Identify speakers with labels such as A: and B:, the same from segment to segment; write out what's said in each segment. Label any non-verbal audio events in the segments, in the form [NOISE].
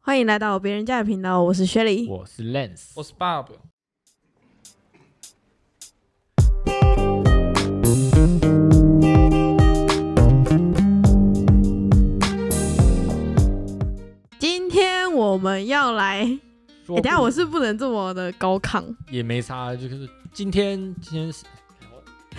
A: 欢迎来到别人家的频道，我是雪莉。
B: 我是 Lens，
C: 我是 Bob。
A: 今天我们要来，哎、
B: 说
A: 等一下我是不能这么的高亢。
B: 也没差，啊就是今天今
A: [COUGHS]
B: 天是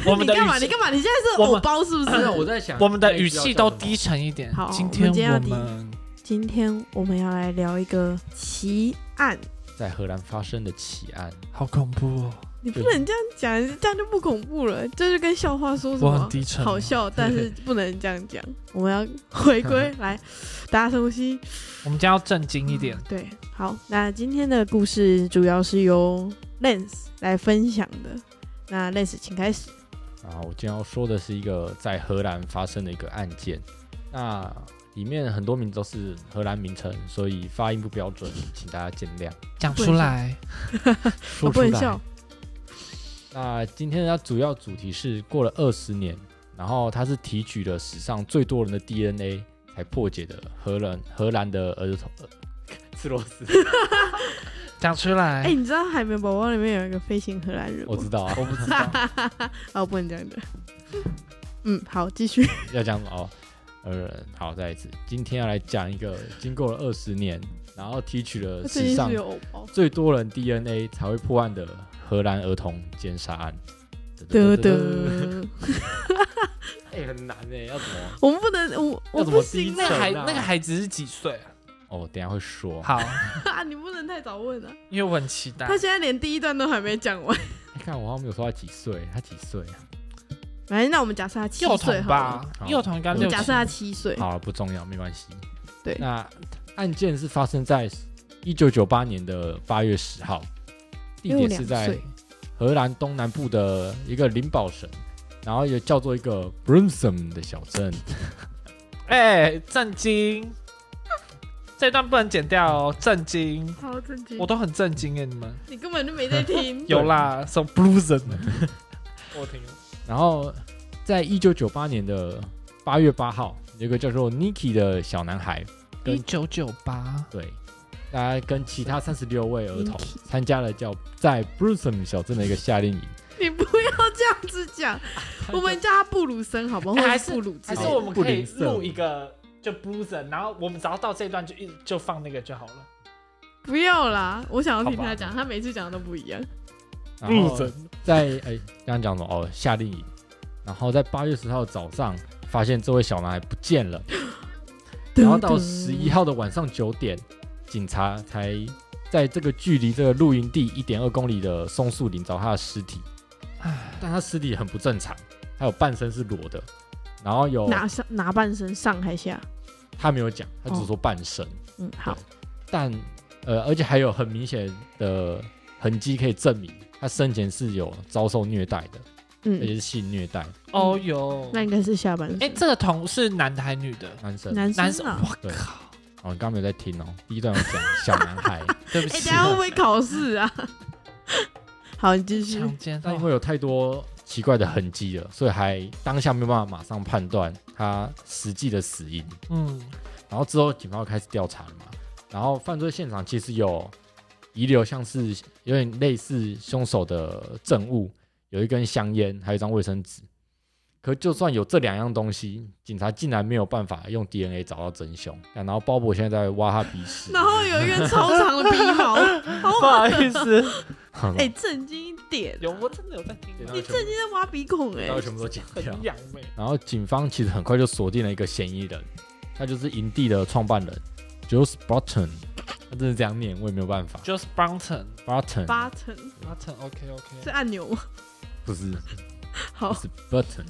C: 我们
A: 你
C: 的
A: 干嘛？
C: 语
A: 你
C: 气，
A: 干嘛？你现在是
C: 我们
A: 偶包是不是？
B: 我在想
C: [COUGHS] 我们的语气都低沉一点。
A: 好
C: 今
A: 我们今天要
C: 我
A: 低
C: 们
A: 今天我们要来聊一个奇案，
B: 在荷兰发生的奇案，
C: 好恐怖哦，
A: 你不能这样讲，这样就不恐怖了，这就跟笑话说什
C: 我很
A: 么
C: 低沉哦。
A: 好笑，但是不能这样讲。我们要回
C: [LAUGHS]
A: 归来，大家深呼吸。
C: 我们今天要正经一点。
A: 对，好，那今天的故事主要是由 Lens 来分享的。那 Lens，请开始。
B: 然后我今天要说的是一个在荷兰发生的一个案件，那里面很多名字都是荷兰名称，所以发音不标准，请大家见谅。
C: 讲出来，
B: 说
A: 我啊不
B: 出
A: 能
B: 来
A: 笑。，
B: 那今天的主要主题是过了二十年，然后它是提取了史上最多人的 DNA 才破解的荷兰荷兰的儿童。呃 [LAUGHS] 吃螺 [LAUGHS] 丝，
C: 讲出
A: 哎、
C: 来。
A: 你知道《海绵宝宝》里面有一个飞行荷兰人吗
B: 我？知道啊，
C: 我不知道，
A: [LAUGHS] 哦，不能这样的。 [LAUGHS] 嗯，好，继
B: [LAUGHS]
A: 续。
B: 要讲哦，呃，好，再一次，今天要来讲一个经过了二十年，然后提取了
A: 最近是
B: 史
A: 不
B: 上
A: 是有偶包。
B: 最多人 DNA 才会破案的荷兰儿童奸杀案。
A: 得
B: 噔，
A: 得，
B: 哎、很难哎、要怎么？
A: 我们不能，我我
B: 要怎
A: 不
B: 么
A: 行
B: 低
C: 那
B: 沉
C: 个
A: 啊
C: 孩
B: 谁呢
C: 那个孩子是几岁啊？
B: 哦，等一下会说。
C: 好，
A: 啊！ [LAUGHS] 你不能太早问了、
C: 因为我很期待
A: 他。现在连第一段都还没讲完。
B: 你哎看我好像没有说他几岁，他几岁啊？
A: 反正那我们假设他七
C: 幼
A: 岁
C: 童
A: 好了，
C: 吧
B: 好，
C: 幼童应该
A: 我
C: 六
A: 们
C: 七
A: 假设他七岁，
B: 好，不重要，没关系。
A: 对
B: 那案件是发生在一九九八年的八月十号，地
A: 因为我两
B: 点是在
A: 岁
B: 荷兰东南部的一个灵宝省，然后也叫做一个 Brunsum 的小镇。
C: 哎，震惊！这段不能剪掉哦，震惊！
A: 超震惊
C: 我，都很震惊哎，你们。
A: 你根本就没在听
B: [LAUGHS]
C: 有啦，什么 blue 人？ [LAUGHS] 我听了。
B: 然后在一九九八年的八月八号，有一个叫做 Niki 的小男孩，跟
C: 一九九八，
B: 对，他跟其他三十六位儿童
A: Niki
B: 参加了叫在 Brunsum 小镇的一个夏令营。
A: [LAUGHS] 你不要这样子
B: [LAUGHS]
A: 讲，我们叫他布鲁森好不好？
C: 哎
A: 或者
C: 还
A: 是
C: 是
A: 布鲁之
C: 还
A: 类
C: 是
A: 的
C: 我们可以
B: 不吝啬
C: 录一个就 blues，人然后我们只要到这一段就一就放那个就好了。
A: 不要啦！我想要听
B: 好吧
A: 他讲，他每次讲的都不一样。
B: 然后在哎，刚刚讲什么？哦，夏令营。然后在八月十号早上，发现这位小男孩不见了。然后到十一号的晚上九点，警察才在这个距离这个露营地一点二公里的松树林找他的尸体。但他尸体很不正常，他有半身是裸的，然后
C: 哦
B: 有
A: 拿上拿半身上还下，
B: 他没有讲，他只说半身，
A: 嗯，好，
B: 但呃，而且还有很明显的痕迹可以证明他生前是有遭受虐待的，而且
A: 嗯，
B: 是性虐待。
C: 哦哟，
A: 那应该是下半身。
C: 哎，这个同是男的还是女的？
B: 男生，
A: 男
C: 男
A: 生
C: 生，
A: 啊，
C: 我
B: 对
C: 靠，
B: 哦，你刚刚没有在听哦。第一段有讲小男孩，
C: 对不
A: 哎，等一
C: 起，
A: 下会不会考试啊？ [LAUGHS] 好，你继续。
C: 强奸，
B: 但因为有太多奇怪的痕迹了，所以还当下没有办法马上判断他实际的死因。
C: 嗯，
B: 然后之后警方又开始调查了嘛，然后犯罪现场其实有遗留像是有点类似凶手的证物，有一根香烟，还有一张卫生纸。可就算有这两样东西，警察竟然没有办法用 DNA 找到真凶。然后鲍勃现在在挖他鼻屎，
A: 然后有一个超长的鼻
C: [LAUGHS]
A: 毛，
C: 不好意思，
A: 哎，
B: [LAUGHS]
A: 震惊一点，
C: 有我真的有在听
B: 对
C: 啊
B: 然后
A: 你震惊在挖鼻孔哎
B: 然，后全部都剪掉
C: 很。痒欸妹，
B: 然后警方其实很快就锁定了一个嫌疑人，他就是营地的创办人 Joe Barton，他真的这样念，我也没有办法。
C: 就是 Brownton
B: Barton
A: 八层
C: Brownton OK
A: 是
C: OK，
A: 按钮吗？
B: 不是
A: 好，
B: 是 Burton，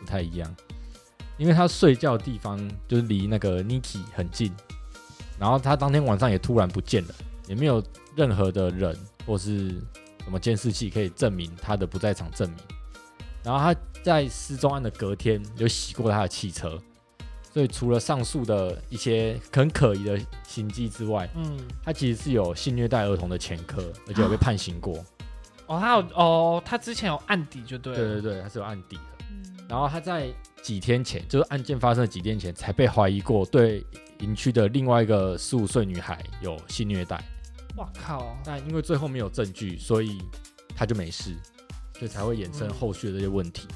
B: 不太一样，因为他睡觉的地方就是离那个 Niki 很近，然后他当天晚上也突然不见了，也没有任何的人或是什么监视器可以证明他的不在场证明。然后他在失踪案的隔天有洗过他的汽车，所以除了上述的一些很可疑的行迹之外，
C: 嗯，
B: 他其实是有性虐待儿童的前科，而且有被判刑过。
C: 哦他有哦他之前有案底就对
B: 对
C: 了
B: 对，对，他是有案
C: 嗯
B: 底的。然后他在几天前，就是案件发生的几天前，才被怀疑过对营区的另外一个十五岁女孩有性虐待，
C: 哇靠！
B: 但因为最后没有证据，所以他就没事，所以才会衍生后续的这些问题。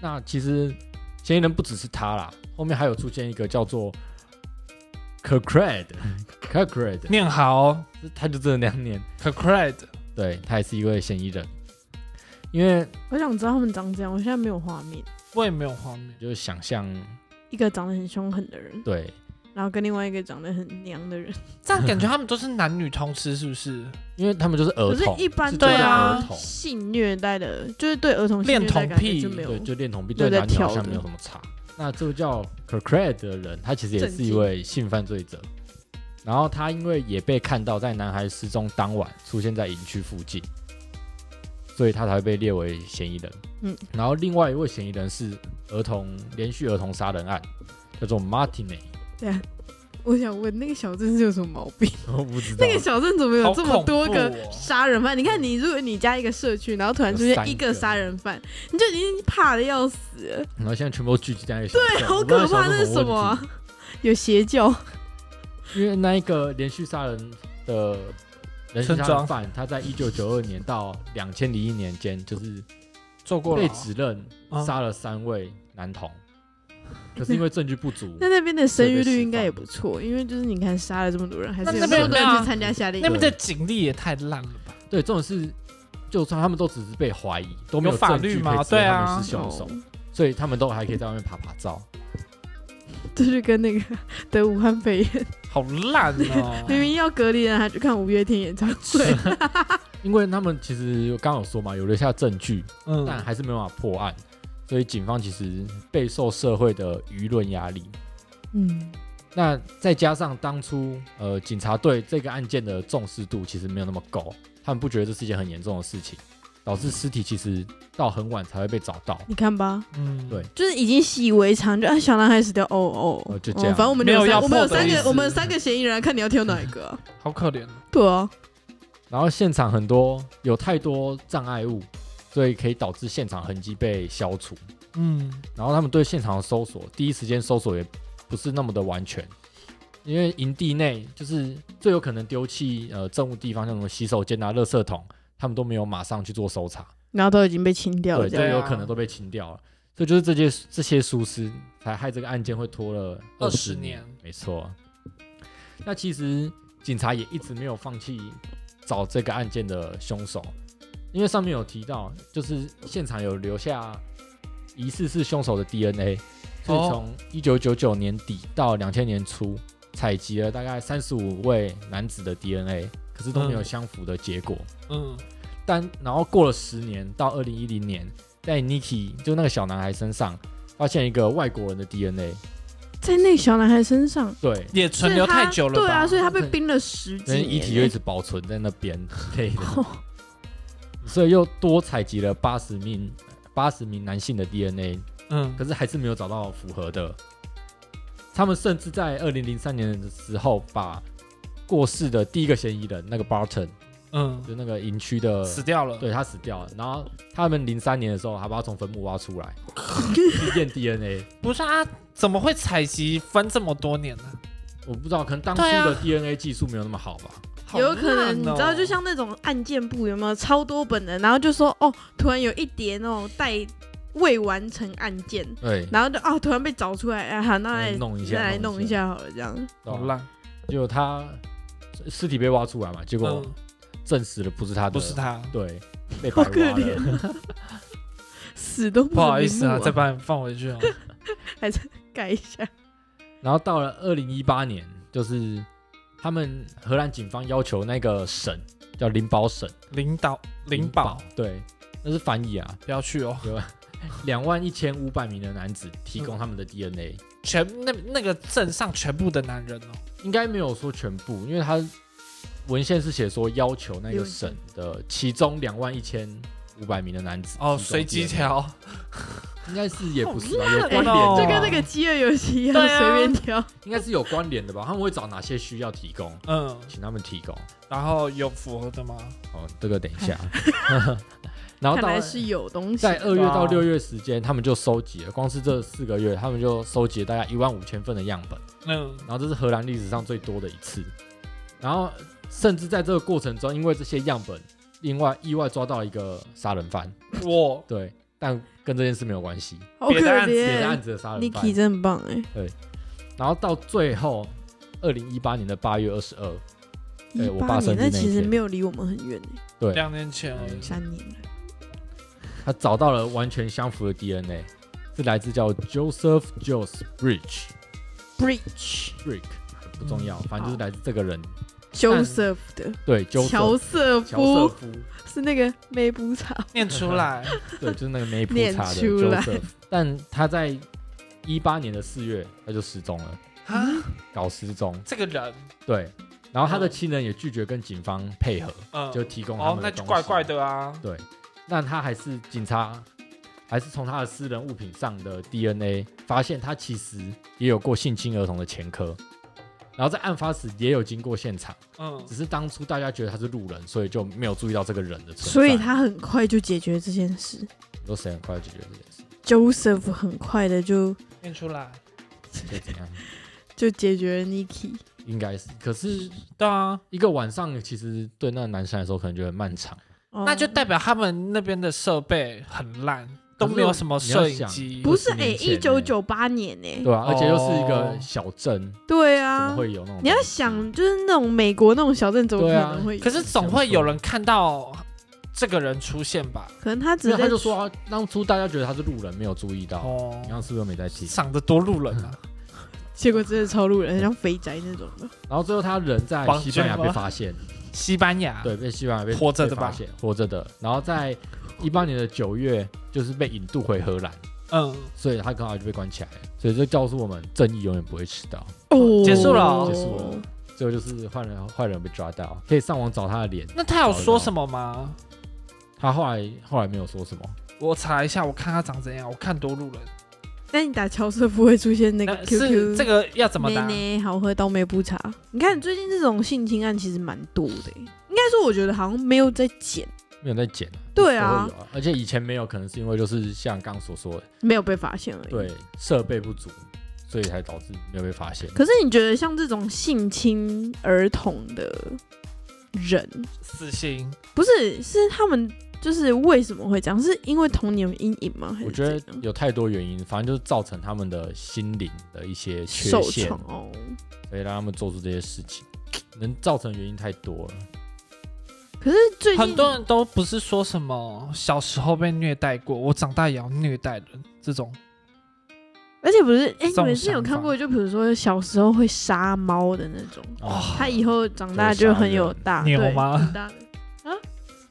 B: 那其实嫌疑人不只是他啦，后面还有出现一个叫做 [LAUGHS] Kirkred，Kirkred，
C: 念好哦
B: 他就真的那样念，
C: c o c r e d
B: 对他也是一位嫌疑人，因为
A: 我想知道他们长怎样，我现在没有画面。
C: 我也没有画
B: [LAUGHS]
C: 面。
B: 就是想象
A: 一个长得很凶狠的人，
B: 对
A: 然后跟另外一个长得很娘的人，
C: 这样感觉他们都是男女通吃，是不是？
B: 因为他们就是儿
A: 可是
B: 童，
A: 一般
B: 对
A: 对
C: 啊
B: 儿童，
A: 性虐待的，就是对儿童性
C: 恋
A: 虐待
C: 童
A: 感觉
C: 癖
A: 就没有
B: 对，就恋童癖
A: 就
B: 对
A: 在
B: 男女好
A: 跳
B: 像
A: 的
B: 没有什么差。那这个叫 k i r k r e d 的人，他其实也
A: 震
B: 是一
A: 惊
B: 位性犯罪者，然后他因为也被看到在男孩失踪当晚出现在营区附近，所以他才会被列为嫌疑人。
A: 嗯，
B: 然后另外一位嫌疑人是儿童连续儿童杀人案，叫做 Martinez，
A: 啊我想问，那个小镇是有什么毛病？
B: 我不知道
A: [LAUGHS] [LAUGHS] 那个小镇怎么有这么多
C: 好
A: 个
C: 恐怖哦
A: 杀人犯？你看，你如果你加一个社区，然后突然出
B: 有
A: 现
B: 三个
A: 一个杀人犯，你就已经怕的要死了，
B: 然后现在全部都聚集啊在那个小镇，
A: 好
B: 我不知道
A: 可怕！
B: 小镇
A: 那是
B: 什
A: 什
B: 么
A: 么
B: 问
A: 啊？有邪教？
B: 题？因为那一个连续杀人的人杀
C: 村
B: 人
C: 庄
B: 犯，他在一九九二年到两千零一年间，就是
C: 做过了
B: 被
C: 哦，
B: 指认
C: 啊
B: 杀了三位男童，可是因为证据不足，
A: [LAUGHS] 那那边的生育率应该也不错，因为就是你看杀了这么多人，还是
C: 那
A: 有
C: 那边有
A: 么多人
C: 没有
A: 去参加夏令
C: 那边
A: 营。
C: 的警力也太烂了吧？
B: 对，这种事就算他们都只是被怀疑，都没
C: 有法
B: 证
C: 律
B: 据
C: 吗
B: 可以指认
C: 对啊
B: 他们是凶手，
A: 哦
B: 所以他们都还可以在外面爬爬照。
A: 这就跟那个 [LAUGHS] 得武汉肺炎，！
C: 好烂哦
A: [LAUGHS] 明明要隔离人，还去看五月天演唱会，
B: 因为他们其实刚刚有说嘛，有留下证据，但
C: 嗯，
B: 还是没办法破案，所以警方其实备受社会的舆论压力。
A: 嗯，
B: 那再加上当初呃警察对这个案件的重视度其实没有那么高，他们不觉得这是一件很严重的事情，导致尸体其实到很晚才会被找到。
A: 你看吧，
C: 嗯
B: 对
A: 就是已经习以为常，就啊小男孩死掉，哦哦，
B: 哦
A: 哦
B: 就这样
A: 反正我们就
C: 没有
A: 三
C: 要
A: 我们有
C: 破的
A: 三
C: 意
A: 个
C: 思，
A: 我们有三个嫌疑人，看你要挑哪一个 [LAUGHS] 啊、
C: 好可怜哦。
A: 对啊，
B: 然后现场很多有太多障碍物，所以可以导致现场痕迹被消除。
C: 嗯，
B: 然后他们对现场的搜索，第一时间搜索也不是那么的完全，因为营地内就是最有可能丢弃呃证物地方，像什么洗手间啊、垃圾桶，他们都没有马上去做搜查。
A: 然后都已经被清掉了，
B: 对，
A: 这
B: 就
A: 样
C: 对啊
B: 有可能都被清掉了。所以就是这些这些疏失，才害这个案件会拖了二十
C: 20
B: 年。
C: 年
B: 没错。那其实警察也一直没有放弃找这个案件的凶手，因为上面有提到，就是现场有留下疑似是凶手的 DNA，所以
C: 哦
B: 从一九九九年底到两千年初，采集了大概三十五位男子的 DNA，可是都没有
C: 嗯
B: 相符的结果。
C: 嗯，
B: 但然后过了十年，到二零一零年，在 Niki 就那个小男孩身上发现一个外国人的 DNA，
A: 在那个小男孩身上，
B: 对，
C: 也存留
A: 所以他
C: 太久了吧？
A: 对啊，所以他被冰了十几
B: 那
A: 年，
B: 遗体就一直保存在那
C: [LAUGHS]
B: 边之类的，
A: 哦
B: 所以又多采集了八十名八十名男性的 DNA，
C: 嗯
B: 可是还是没有找到符合的。他们甚至在二零零三年的时候，把过世的第一个嫌疑人那个 Barton，
C: 嗯，
B: 就那个营区的，
C: 死掉了。
B: 对他死掉了。然后他们零三年的时候，还把他从坟墓挖出
C: [LAUGHS]
B: 来去验 DNA。
C: 不是啊，怎么会采集分这么多年呢？
B: 我不知道，可能当初
C: 对啊
B: 的 DNA 技术没有那么 [LAUGHS] 好吧。
C: 好
A: 有可能，你
C: 烂哦
A: 知道，就像那种案件簿有没有超多本的，然后就说哦，突然有一叠那种待未完成案件，
B: 对，啊
A: 然后就哦，突然被找出来，哎、好，那来
B: 嗯弄一下
A: 再来
B: 弄
A: 弄
B: 一
A: 一
B: 下
A: 下好了，这样。
C: 好
B: 好了，
C: 烂，
B: 就他尸体被挖出来嘛，结果
C: 嗯，
B: 证实了不是他的，
C: 不是，他， [LAUGHS]
B: 对，被白
A: 好可
B: 挖了。
C: 啊
A: 怜，死都
C: 不好意思啊，
A: 瞑目
C: 再把你放回
A: [LAUGHS]
C: 去哦。
A: 还是改一下。
B: [LAUGHS] 然后到了二零一八年，就是他们荷兰警方要求那个省叫灵宝省，
C: 领导，领导，，
B: 对，那是翻译啊，
C: 不要去哦。
B: 两万一千五百名的男子提
C: 嗯
B: 供他们的 DNA，、
C: 全那那个镇上全部的男人哦，
B: 应该没有说全部，因为他文献是写说要求那个省的其中两万一千五百名的男子
C: 哦，
B: 提供
C: 随机
B: DNA
C: 挑，
B: 应该是也不是吧，
C: 好
B: 有
C: 烂
B: 关联
C: 哦
B: 的
A: 就
B: 吧，
A: 跟那啊个饥饿游戏一样，
C: 对啊
A: 随便挑。
B: 应该是有关联的吧？他们会找哪些需要提供，哦
C: 嗯，
B: 请他们提供。
C: 然后有符合的吗？
B: 哦，这个等一下。然后
A: 看
B: 到
A: 来是有东西。
B: 在二月到
C: 哇
B: 六月时间，他们就收集了，光是这四个月，他们就收集了大概一万五千份的样本，
C: 嗯，
B: 然后这是荷兰历史上最多的一次。然后甚至在这个过程中，因为这些样本，另外意外抓到一个杀人犯，
C: 我
B: 对，但跟这件事没有关系，
A: 好可
C: 别的案子
B: 别的案
A: 怜。
B: 子的杀
A: n i
B: 人
A: k
B: 犯
A: i。真很棒哎，
B: 然后到最后，二零一八年的八月二十二，对
A: 一
B: 我
A: 八
B: 爸
A: 年
B: 生日
A: 那
B: 那一
A: 其实
B: 天
A: 没有离我们很远哎，
B: 对，
C: 两年前而已。
A: 三年了。
B: 他找到了完全相符的 DNA，是来自叫 Joseph Jules Bridge
A: Bridge
B: Brick，不重
A: 嗯
B: 要，反正就是来自这个人，
A: Joseph 的
B: 对
A: 乔
B: ，Joseph
A: 瑟
B: 乔
A: 夫
B: 瑟夫，
A: 是那个梅布草，
C: 念出来，
B: 对，就是那个
A: [LAUGHS]
B: 梅普
A: 念
B: 查的
A: 出来
B: Joseph，但他在一八年的四月他就失踪了，
C: 啊，
B: 搞失踪，
C: [LAUGHS] 这个人，
B: 对，然后他的
C: 嗯
B: 亲人也拒绝跟警方配合，
C: 嗯，
B: 就提供他
C: 哦，
B: 们
C: 那
B: 的
C: 就
B: 东西
C: 怪怪，的啊，
B: 对，那他还是警察。还是从他的私人物品上的 DNA 发现，他其实也有过性侵儿童的前科，然后在案发时也有经过现场，
C: 嗯
B: 只，是当初大家觉得他是路人，所以就没有注意到这个人的存在。
A: [LAUGHS] 所以他很快就解决这件事。
B: 你说谁很快解决这件事？
A: Joseph 很快的就
C: 念出来，
B: 可以怎样？
A: 就解决了 Niki，
B: 应该是，可是
C: 对啊，
B: 一个晚上其实对那个男生来说可能就很漫长，
A: 哦
C: 那就代表他们那边的设备很烂，都没有什么摄影机，
A: 不是
B: 20
A: 哎，
B: 年
A: 一
B: 前
A: 九
B: 欸
A: 九八年哎，
B: 对啊，而且又是一
C: 哦
B: 个小镇，
A: 对
B: 怎
A: 啊
B: 么，会有那种？
A: 你要，想就是那种美国那种小镇，怎么可
B: 对啊
A: 能会有？
C: 可是总会有人看到这个人出现吧？
A: 可能他只是
B: 因为
A: 在
B: 他就说啊当初大家觉得他是路人，没有注意到，
C: 哦
B: 你，看是不是没在听？
C: 长得多路人啊，
A: 结果真的超路人，很像肥宅那种的。
B: 然后最后他人在
C: 王
B: 西班牙
C: 俊吗
B: 被发现，
C: 西班牙，
B: 对，被西班牙被
C: 啊活着的
B: 被
C: 吧
B: 发现，活着的。然后在一八年的九月，就是被引渡回荷兰。
C: 嗯，
B: 所以他刚好就被关起来了。所以这告诉我们，正义永远不会迟到。
A: 哦，
C: 结束了哦
B: 结束了。最后就是坏人，坏人被抓到，可以上网找他的脸。
C: 那他有说什么吗？
B: 他后来后来没有说什么，
C: 我查一下，我看他长怎样，我看多路人，
A: 那你打乔瑟夫会出现那个
C: 那
A: QQ？
C: 是这个要怎么打？
A: 妹妹好喝倒霉不茶。你看最近这种性侵案其实蛮多的欸，应该说我觉得好像没有在减，
B: 没有在剪。
A: 对啊
B: 不会有而且以前没有，可能是因为就是像刚刚所说的，
A: 没有被发现而已。
B: 对设备不足，所以才导致没有被发现。
A: 可是你觉得像这种性侵儿童的人，
C: 死刑，
A: 不是是他们就是为什么会这样？是因为童年阴影吗？还是
B: 我觉得
A: 怎样
B: 有太多原因，反正就是造成他们的心灵的一些缺
A: 受
B: 陷
A: 宠，哦。
B: 所以让他们做出这些事情，能造成原因太多了。
A: 可是最近
C: 很多人都不是说什么小时候被虐待过，我长大也要虐待人这种，
A: 而且不是，哎、
C: 这
A: 你
C: 种
A: 们是有
C: 想法
A: 看过，就比如说小时候会杀猫的那种，
B: 哦，
A: 他以后长大就很有大
C: 就会杀
A: 对
C: 人牛吗
A: 很大的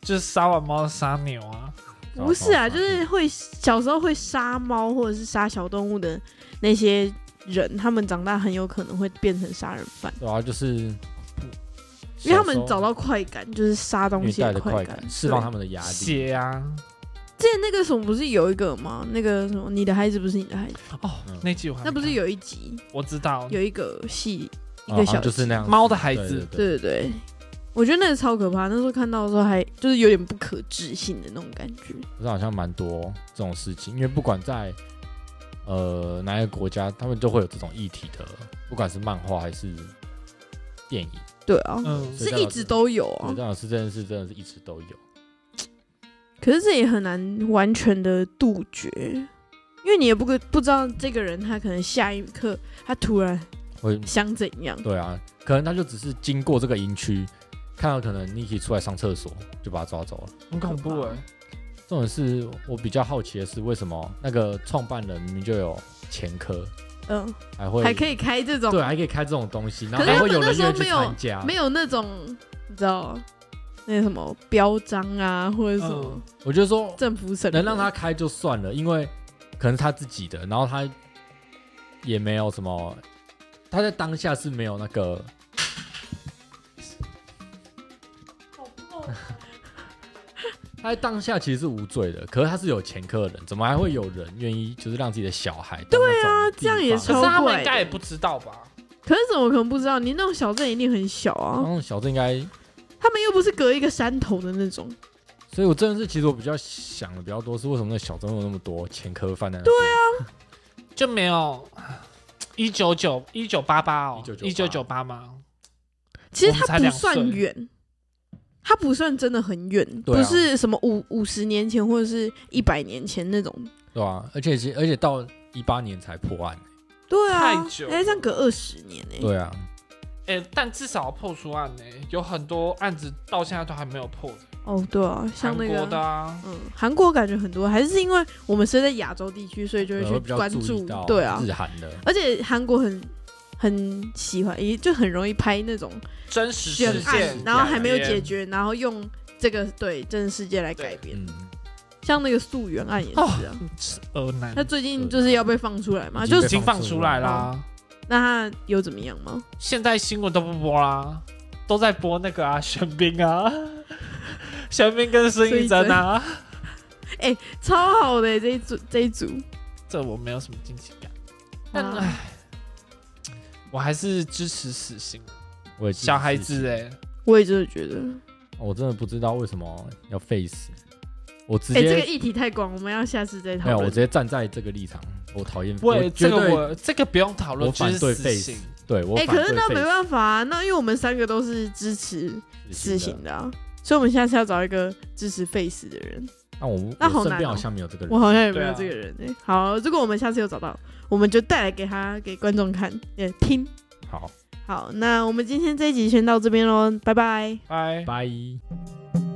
C: 就是杀完猫杀牛啊，
A: 不是啊，就是会小时候会杀猫或者是杀小动物的那些人，他们长大很有可能会变成杀人犯，
B: 对啊，就是
A: 因为他们找到快感，就是杀东
B: 虐
A: 西
B: 待的
A: 快
B: 感，释放他
A: 对
B: 们的压力。哦
C: 血啊，
A: 之前那个什么不是有一个吗？那个什么，你的孩子不是你的孩子，
C: 哦
B: 嗯，
C: 那集我还没
A: 那不是
C: 看
A: 有一集
C: 我知道
A: 有一个戏一个
B: 啊好
A: 小
B: 像就是
A: 集
B: 那样子
C: 猫的孩
B: 对
C: 子，
B: 对对
A: 对对对，我觉得那个超可怕。那时候看到的时候还就是有点不可置信的那种感觉。
B: 可是好像蛮多这种事情，因为不管在呃哪一个国家，他们都会有这种议题的，不管是漫画还是电影，
A: 对啊，
C: 嗯，
B: 所以
A: 是一直都有啊
B: 对，。张老师这件事真的是一直都有。
A: 可是这也很难完全的杜绝，因为你也不个不知道这个人他可能下一刻他突然
B: 会
A: 想怎样。
B: 对啊，可能他就只是经过这个营区，看到可能 Niki 出来上厕所，就把他抓走了。
C: 很恐怖哎、
B: 重点是我比较好奇的是，为什么那个创办人明明就有前科，
A: 嗯，
B: 还会
A: 还可以开这种
B: 对，还可以开这种东西，然后
A: 可是
B: 还
A: 他
B: 会
A: 们
B: 有
A: 那
B: 人
A: 时候
B: 愿意去
A: 没有
B: 参加。
A: 没有那种你知道那个什么标章啊，或者什么
C: 嗯
B: 我就说
A: 政府审核
B: 能让他开就算了，因为可能是他自己的，然后他也没有什么，他在当下是没有那
A: [LAUGHS]
B: 个，他在当下其实是无罪的，可是他是有前科的人，怎么还会有人愿意就是让自己的小孩？对啊
A: 这样也
C: 可
A: 超
C: 是他
A: 怪
C: 们
A: 的
C: 应该也不知道吧？
A: 可是怎么可能不知道？你那种小镇一定很小啊，
B: 嗯，小镇应该，
A: 他们又不是隔一个山头的那种。
B: 所以我真的是其实我比较想的比较多是为什么那小镇会有那么多前科犯在那边？对啊，
C: 就没有，一九九一九八八哦，一
B: 1998
C: 九九八吗？
A: 其实
C: 我们
A: 它
C: 才
A: 不
C: 两
A: 算
C: 岁
A: 远，它不算真的很远，
B: 对啊
A: 不是什么五五十年前或者是一百年前那种。
B: 对吧、而且其而且到一八年才破案，
A: 对啊，
C: 太久了
A: 哎、这样隔二十年哎、
B: 对啊，
C: 哎、但至少破除案呢、有很多案子到现在都还没有破的，
A: 哦，对啊，像
C: 韩
A: 那
C: 国
A: 个
C: 的啊，
A: 嗯，韩国感觉很多，还是因为我们是在亚洲地区，所以就
B: 对
A: 会
B: 啊会
A: 去
B: 比较
A: 关
B: 注意到
A: 对啊，
B: 日韩的，
A: 而且韩国很很喜欢，也就很容易拍那种
C: 真实
A: 悬
C: 事
A: 案
C: 件，，
A: 然后还没有
C: 改编
A: 解决，然后用这个对真实世界来改编，
B: 嗯，哦
A: 像那个溯源案也是啊。
C: 呃难
A: 他，最近就是要被放出来嘛，
B: 已经
A: 就
B: 被
C: 已
A: 是
C: 经放出来啦。
A: 那他有怎么样吗？
C: 现在新闻都不播啦，都在播那个啊，玄彬啊， [LAUGHS] 玄彬跟孙艺珍啊，
A: 超好的、欸这一组这一组，
C: 这啊我没有什么惊喜感，但
A: 哇
C: 唉，我还是支持死刑。
B: 我也是哦
C: 小孩子哎、
A: 我也真的觉得，
B: 我真的不知道为什么要 face，我直
A: 哎、这个
B: 接、
A: 议题太广，我们要下次再讨
B: 没有，我
A: 论
B: 直。接站在这个立场，我讨厌，我
C: 喂，
B: 绝
C: 这
B: 对
C: 个我这个不用讨论，
B: 我
C: 就是
B: 反对
C: 死刑
B: face，对我
A: 哎、
B: 反
A: 可
B: 对
A: 是那没
B: face
A: 办法、啊，那因为我们三个都是支持
B: 死
A: 死
B: 刑
A: 刑
B: 的，
A: 的啊，所以我们下次要找一个支持 face 的人。
B: 那我
A: 那
B: 那
A: 好
B: 我
A: 难
B: 身边
A: 哦
B: 好像没有这个人，
A: 我好像也没
C: 对
A: 有
C: 啊
A: 这个人、欸好，如果我们下次有找到，我们就带来给他给观众看，也听。
B: 好，
A: 好，那我们今天这一集先到这边喽，拜拜。
C: 拜。
B: 拜。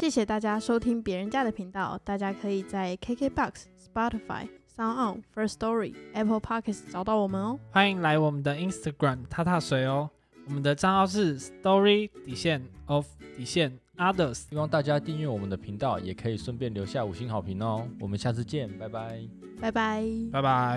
A: 谢谢大家收听别人家的频道，大家可以在 KKBox、Spotify、Sound On、First Story、Apple Podcasts 找到我们哦。
C: 欢迎来我们的 Instagram 踏踏水哦，我们的账号是 Story 底线 of 底线 Others。
B: 希望大家订阅我们的频道，也可以顺便留下五星好评哦。我们下次见，拜拜。
A: 拜拜。
C: 拜拜。